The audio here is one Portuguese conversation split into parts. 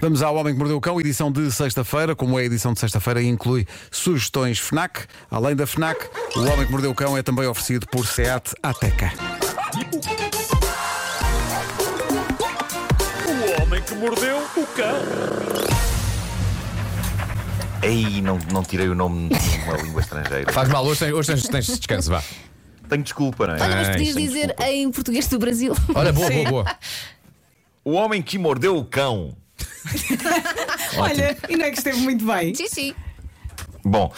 Vamos ao Homem que Mordeu o Cão, edição de sexta-feira. Como é a edição de sexta-feira, inclui sugestões FNAC. Além da FNAC, o Homem que Mordeu o Cão é também oferecido por SEAT Ateca. O homem que mordeu o cão. Ei, não, não tirei o nome de uma língua estrangeira. Faz mal, hoje tens, hoje tens, tens descanso, vá. Tenho desculpa, não é? Olha, mas Ai, podias sim, dizer desculpa. em português do Brasil. Olha, boa, boa, boa. O homem que mordeu o cão. Olha, e não é que esteve muito bem. Sim, sim. Bom,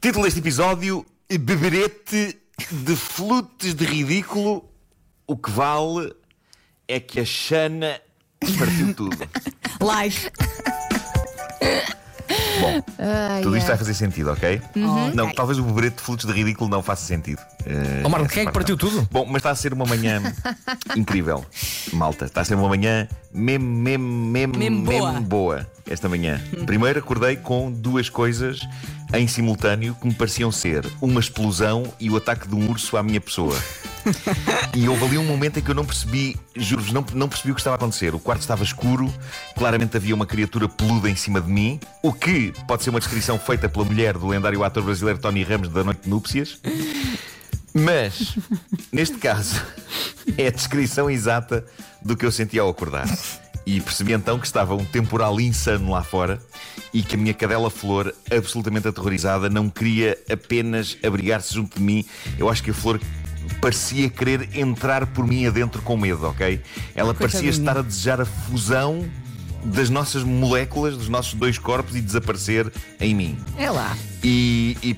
título deste episódio: Beberete de flutes de ridículo. O que vale é que a Xana partiu tudo. Like. Bom, tudo isto ai. vai fazer sentido, ok? Uhum. Não, talvez o beberete de flutos de ridículo não faça sentido. Eh, Ó, Marco, essa quem é que parte partiu não. tudo? Bom, mas está a ser uma manhã incrível, malta. Está a ser uma manhã mesmo, mesmo, mesmo, Mesmo boa. mesmo boa. Esta manhã. Primeiro acordei com duas coisas em simultâneo que me pareciam ser uma explosão e o ataque de um urso à minha pessoa. E houve ali um momento em que eu não percebi, juro-vos, não, não percebi o que estava a acontecer. O quarto estava escuro, claramente havia uma criatura peluda em cima de mim, o que pode ser uma descrição feita pela mulher do lendário ator brasileiro Tony Ramos da Noite de Núpcias. Mas, neste caso, é a descrição exata do que eu senti ao acordar. E percebi então que estava um temporal insano lá fora e que a minha cadela flor, absolutamente aterrorizada, não queria apenas abrigar-se junto de mim. Eu acho que a flor parecia querer entrar por mim adentro com medo, ok? Ela parecia estar a desejar a fusão das nossas moléculas, dos nossos dois corpos e desaparecer em mim. É lá. E, e-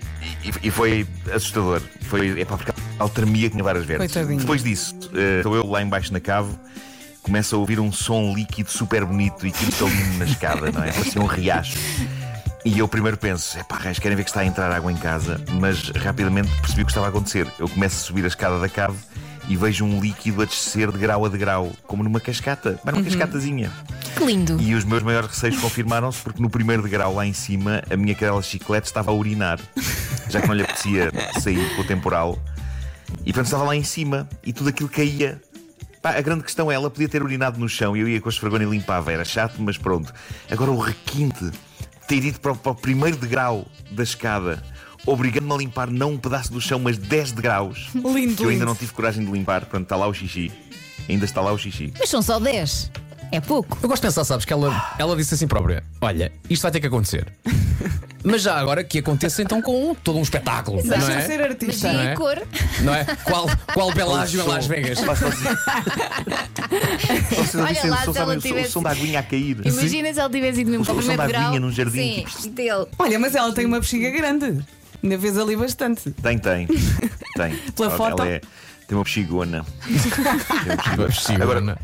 e- e foi assustador. Foi, é pá, porque ela tremia que tinha várias vezes. Coitadinha. Depois disso, eh, estou eu lá embaixo na cave, começo a ouvir um som líquido super bonito e cristalino na escada, não é? Parecia um riacho. E eu primeiro penso, é pá, querem ver que está a entrar água em casa, mas rapidamente percebi o que estava a acontecer. Eu começo a subir a escada da cave e vejo um líquido a descer de grau a degrau, como numa cascata, mas numa cascatazinha. Que lindo. E os meus maiores receios confirmaram-se porque no primeiro degrau lá em cima a minha cadela chiclete estava a urinar, já que não lhe apetecia sair com o temporal. E portanto estava lá em cima e tudo aquilo caía. Pá, a grande questão é, ela podia ter urinado no chão e eu ia com a esfregona e limpava, era chato, mas pronto. Agora o requinte de ter ido para o, para o primeiro degrau da escada, obrigando-me a limpar não um pedaço do chão, mas 10 degraus. Lindo, que eu ainda lindo. não tive coragem de limpar, portanto está lá o xixi. Ainda está lá o xixi. Mas são só 10. É pouco. Eu gosto de pensar, sabes, que ela, ela disse assim própria: Olha, isto vai ter que acontecer. Mas já agora que aconteça então com um- todo um espetáculo. Deixa Não de é? ser Mas artista. e não a é? cor? Não é? Qual, qual Belágio em Las Vegas? Faço assim. Vocês Olha ouvissem lá o som, se ela sabem, o som- tivesse- o som da aguinha a cair. Imagina se ele tivesse ido mesmo O para o som da primeiro grau. abelhinha num jardim, Sim, dele. Olha, mas ela tem uma bexiga grande. Ainda vês ali bastante. Tem, tem. Tem. Pela Ela- foto? Ela é, tem uma bexigona. Tem uma bexigona. Sim, Agora, não é?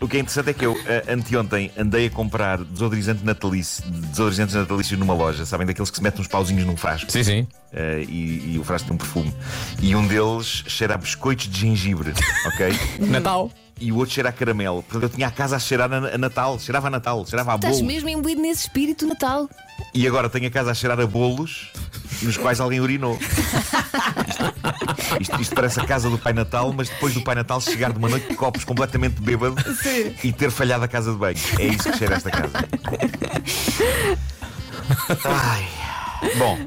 o que é interessante é que eu, eh, anteontem, andei a comprar desodorizante natalício, desodorizantes natalícios numa loja, sabem? Daqueles que se metem uns pauzinhos num frasco. sim. sim. Ah, Eh, e, e o frasco tem um perfume. E um deles cheira a biscoitos de gengibre, ok? Natal. e o outro cheira a caramelo. Portanto, eu tinha a casa a cheirar a, a Natal, cheirava a Natal, cheirava a Estás bolo. mesmo imbuído nesse espírito natal. E agora tenho a casa a cheirar a bolos nos quais alguém urinou. Isto, isto- isto parece a casa do Pai Natal, mas depois do Pai Natal chegar de uma noite de copos completamente bêbado e ter falhado a casa de banho. É isso que cheira esta casa. Ai. Bom,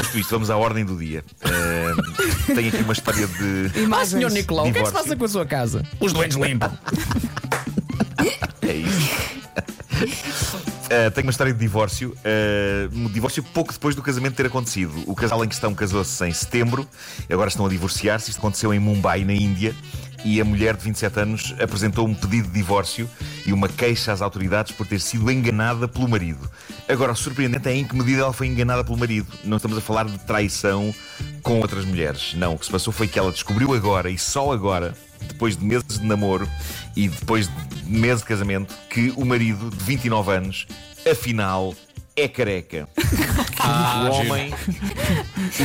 isto, isto, vamos à ordem do dia. Ahm, tenho aqui uma história de. Ah, Imagens. senhor Nicolau, o que é que se Divórcio. passa com a sua casa? Os doentes limpam. É isso. Ah, tenho uma história de divórcio. Ah, um divórcio pouco depois do casamento ter acontecido. O casal em questão casou-se em setembro, agora estão a divorciar-se. Isto aconteceu em Mumbai, na Índia. E a mulher de 27 anos apresentou um pedido de divórcio e uma queixa às autoridades por ter sido enganada pelo marido. Agora, o surpreendente é em que medida ela foi enganada pelo marido. Não estamos a falar de traição com outras mulheres. Não, o que se passou foi que ela descobriu agora e só agora depois de meses de namoro e depois de meses de casamento, que o marido de 29 anos, afinal, é careca. Ah, o giro. homem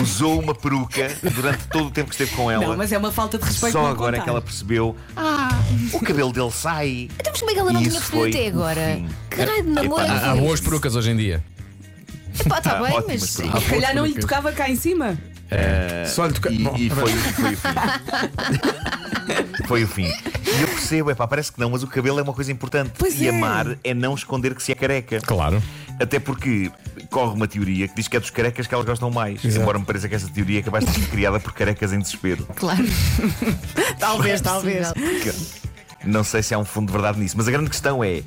usou uma peruca durante todo o tempo que esteve com ela. Não, mas é uma falta de respeito. Só não agora é contar. que ela percebeu. "Ah, o cabelo dele sai. Então, mas como é que ela não E tinha isso foi percebido até o agora? fim. Caralho, de namoro. é Epá, Há, há boas perucas hoje em dia. Epá, está Há tá bem, ótimas mas. perucas. Se calhar não lhe tocava cá em cima. Só lhe toca- Ah, E, Bom, e foi, foi o fim. Foi o fim. E eu percebo, é pá, parece que não, mas o cabelo é uma coisa importante. Pois e é. amar é não esconder que se é careca. Claro. Até porque corre uma teoria que diz que é dos carecas que elas gostam mais. Embora me pareça que essa teoria é capaz de ser criada por carecas em desespero. Claro. é Talvez, talvez. Não sei se há um fundo de verdade nisso, mas a grande questão é.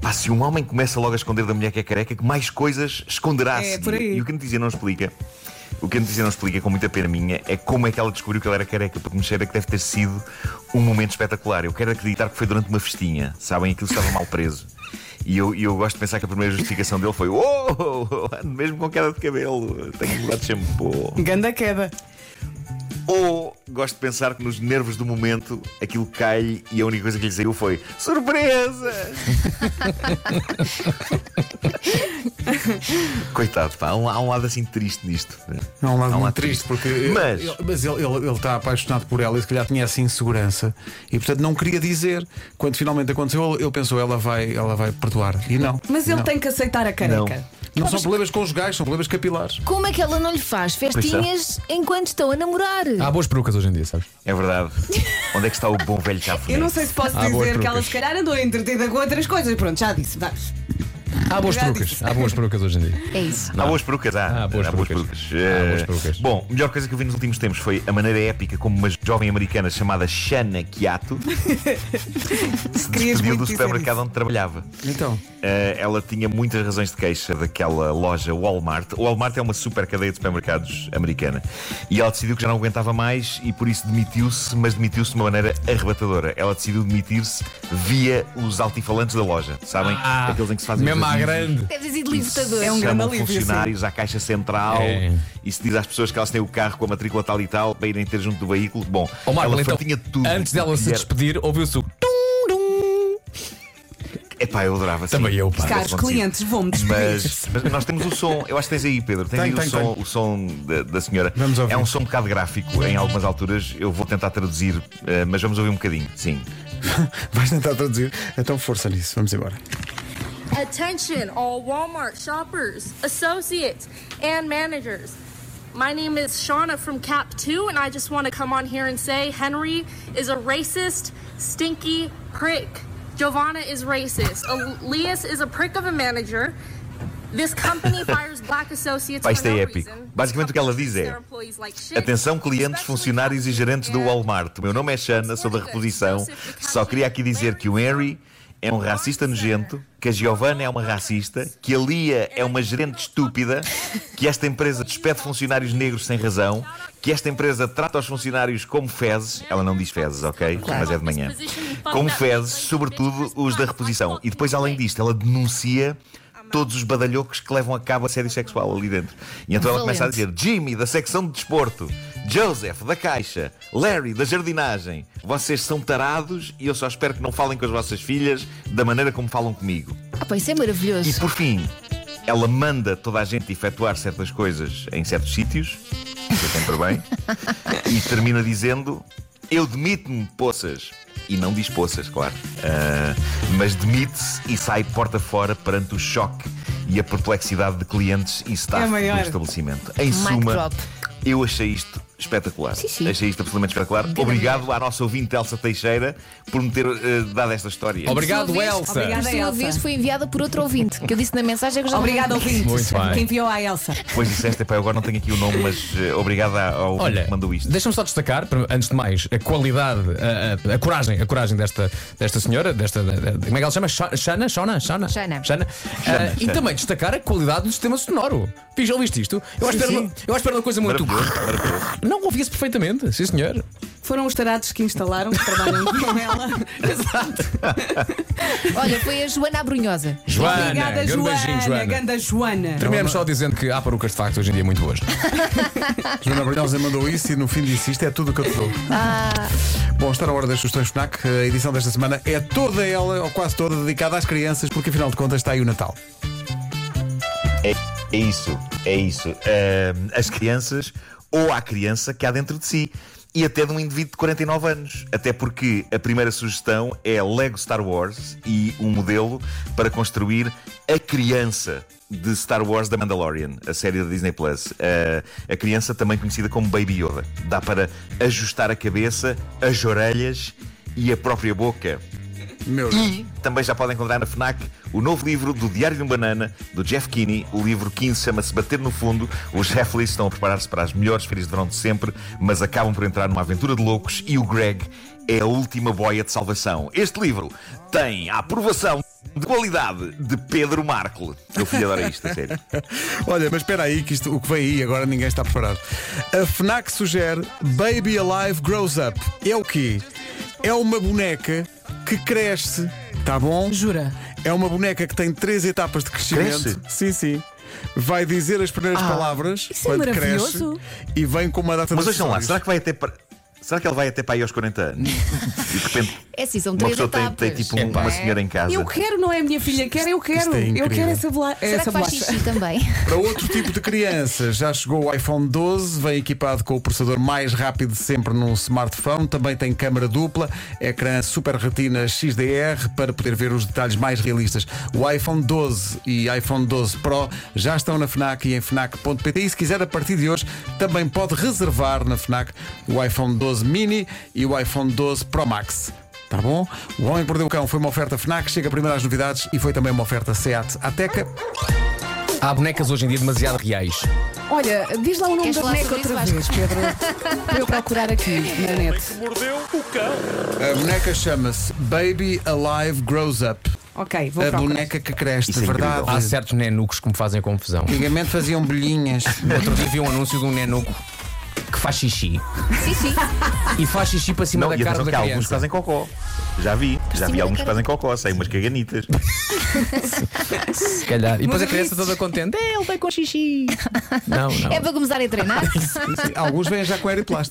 Pá, se um homem começa logo a esconder da mulher que é careca, que mais coisas esconderá É, por aí. E o que a notícia não explica, o que a notícia não explica, com muita pena minha, é como é que ela descobriu que ela era careca, porque me cheira que deve ter sido um momento espetacular. Eu quero acreditar que foi durante uma festinha, sabem? Aquilo estava mal preso. E eu, e eu gosto de pensar que a primeira justificação dele foi: Oh, ando mesmo com queda de cabelo, tenho que mudar de shampoo. Ganda queda. Ou gosto de pensar que nos nervos do momento aquilo cai e a única coisa que lhe saiu foi surpresa! Coitado, pá, há um, há um lado assim triste nisto. né? É um lado Há um muito lado triste, porque Mas- ele, mas ele, ele, ele está apaixonado por ela e se calhar tinha essa insegurança e portanto não queria dizer. Quando finalmente aconteceu, ele, ele pensou, ela vai, ela vai perdoar. E não. Mas ele não. tem que aceitar a careca. Não são problemas conjugais, são problemas capilares. Como é que ela não lhe faz festinhas enquanto estão a namorar? Há boas perucas hoje em dia, sabes? É verdade. Onde é que está o bom velho cafuné? Eu não sei se posso Ah, boas dizer que ela trucas. se calhar andou entretida com outras coisas. Pronto, já disse, vamos. Há boas Já perucas. disse. Há boas perucas hoje em dia. É isso. Há boas perucas, há. Há Ah, boas perucas. Há Eh, boas perucas. Bom, melhor coisa que eu vi nos últimos tempos foi a maneira épica como uma jovem americana chamada Shanna Kiato se Querias despediu muito do dizer supermercado isso. é onde trabalhava. Então, Eh, ela tinha muitas razões de queixa daquela loja Walmart. O Walmart é uma super cadeia de supermercados americana. E ela decidiu que já não aguentava mais e por isso demitiu-se, mas demitiu-se de uma maneira arrebatadora. Ela decidiu demitir-se via os altifalantes da loja, sabem? Ah, Aqueles em que se fazem. Mesmo os à avisos. grande. Deve ter sido E libertador. se É um grande chamam alívio, funcionários à caixa central É. e se diz às pessoas que elas têm o carro com a matrícula tal e tal para irem ter junto do veículo. Bom, Ó, Marco, ela então, tinha tudo. antes dela se E era- despedir, ouviu-se o. Epá, eu adorava. sim. Também eu, pá. Se tivesse Caros acontecido. clientes, vou-me despedir. Mas, mas nós temos o som, eu acho que tens aí, Pedro, tens Tem, aí tem, o, som, o som da, da senhora. Vamos ouvir. É um som um bocado gráfico, em algumas alturas eu vou tentar traduzir, eh, mas vamos ouvir um bocadinho, sim. vais tentar traduzir. Então força nisso, vamos embora. Attention, all Walmart shoppers, associates, and managers. My name is Shauna from CAP2, and I just want to come on here and say Henry is a racist, stinky prick. Giovanna is racist. Elias is a prick of a manager. This company fires black associates Vai, for isto é no épico. reason. Basicamente o que ela diz é, Their employees like shit, Atenção, clientes, especially funcionários e gerentes do and- Walmart. O meu nome é Xana, sou da reposição. Só queria aqui dizer que o Henry é um racista nojento, que a Giovanna é uma racista, que a Lia é uma gerente estúpida, que esta empresa despede funcionários negros sem razão, que esta empresa trata os funcionários como fezes. Ela não diz fezes, ok? Mas é de manhã. Como fezes, sobretudo os da reposição. E depois, além disto, ela denuncia. Todos os badalhocos que levam a cabo assédio sexual ali dentro. E então ela começa a Valente. dizer: Jimmy, da secção de desporto. Joseph, da Caixa. Larry, da jardinagem. Vocês são tarados e eu só espero que não falem com as vossas filhas da maneira como falam comigo. Ah, pá, isso é E maravilhoso. por fim, ela manda toda a gente efetuar certas coisas em certos sítios. Isso é sempre bem. E termina dizendo: Eu demito-me, poças. E não diz poças, claro. Ah, mas demite-se e sai porta fora perante o choque e a perplexidade de clientes e staff É maior. do estabelecimento. Em Mic suma, drop. eu achei isto espetacular. Sim, sim. Achei isto absolutamente espetacular. Obrigado à nossa ouvinte Elsa Teixeira por me ter eh, dado esta história. Obrigado, Por sua vez- Elsa. Por Obrigada, sua Elsa. vez foi enviada por outro ouvinte, que eu disse na mensagem que eu já não Obrigada, lembro. ouvintes, Muito bem. que enviou à Elsa. Pois disseste, epá, eu agora não tenho aqui o nome, mas eh, obrigado à- ao ouvinte Olha, é que mandou isto. deixa-me só destacar, pr- antes de mais, a qualidade, a, a- a coragem, a coragem desta, desta senhora, desta, da- da- como é que ela se chama? Sha- Shana? Shana? Shana? Ah, Shana. Shana, E Shana. também destacar a qualidade do sistema sonoro. Fiz, ouviste isto? Eu acho que era uma- eu acho que era uma coisa muito. Ah, Maravilhoso, maravilhoso. Não ouvi-se perfeitamente, sim senhor. Foram os tarados que instalaram, que trabalham com ela. Olha, foi a Joana Abrunhosa. Joana, Obrigada, grande beijinho, Joana. Joana. Ganda Joana. Terminamos só dizendo que há perucas de facto hoje em dia muito boas. Joana Brunhosa mandou isso e no fim disse isto é tudo o que eu te dou. Bom, está na hora das sugestões FNAC. A edição desta semana é toda ela, ou quase toda, dedicada às crianças, porque afinal de contas está aí o Natal. É, é isso, é isso. Ahm, as crianças, ou a criança que há dentro de si. E até de um indivíduo de 49 anos. Até porque a primeira sugestão é Lego Star Wars e um modelo para construir a criança de Star Wars da Mandalorian, a série da Disney Plus. Eh, a criança, também conhecida como Baby Yoda. Dá para ajustar a cabeça, as orelhas e a própria boca. Meu Deus. E também já podem encontrar na FNAC o novo livro do Diário de um Banana, do Jeff Kinney. O livro 15 chama-se Bater no Fundo. Os Hefleys estão a preparar-se para as melhores férias de verão de sempre, mas acabam por entrar numa aventura de loucos e o Greg é a última boia de salvação. Este livro tem a aprovação de qualidade de Pedro Marco. Meu filho adora isto, a sério. Olha, mas espera aí, que isto, o que vem aí agora ninguém está preparado. A FNAC sugere Baby Alive Grows Up. É o quê? É uma boneca que cresce, tá bom? Jura? É uma boneca que tem três etapas de crescimento. Sim, sim. Vai dizer as primeiras palavras isso é quando cresce maravilhoso. e vem com uma data Mas de vejam lá, acessórios. será que vai até para. Será que ele vai até para aí aos 40 anos? E de repente É assim, são uma três pessoa tem, etapas. tem tipo um- uma senhora em casa. Eu quero, não é a minha filha, quero, eu quero. é incrível. eu quero essa, bola Será essa que faz bolacha. xixi também? Para outro tipo de crianças, já chegou o iPhone 12, vem equipado com o processador mais rápido de sempre num smartphone, também tem câmara dupla, ecrã Super Retina XDR para poder ver os detalhes mais realistas. O iPhone 12 e iPhone 12 Pro já estão na FNAC e em FNAC.pt e se quiser a partir de hoje também pode reservar na FNAC o iPhone 12 Mini e o iPhone 12 Pro Max. Tá bom? O Homem que Mordeu o Cão foi uma oferta FNAC, chega primeiro às novidades e foi também uma oferta SEAT Ateca. Há bonecas hoje em dia demasiado reais. Olha, diz lá o nome Queres da falar boneca sobre isso, outra Vasco? vez, Pedro, para eu procurar aqui na homem net. que mordeu o cão. A boneca chama-se Baby Alive Grows Up. Ok, vou a procurar. boneca que cresce, Isso de é verdade. incrível. Há certos nenucos que me fazem confusão. Antigamente faziam bolhinhas. Outro dia vi um anúncio de um nenuco que faz xixi. Sim, sim. E faz xixi para cima Não, da e cara atenção da que há alguns que criança. fazem cocó. Já vi, já cima vi da alguns que cara. fazem cocó, saem umas caganitas. Se calhar. E depois a Mas criança isso- toda contente. "É, Ele veio com xixi. Não, não. É para começar a treinar? Alguns vêm já com aeroplástico.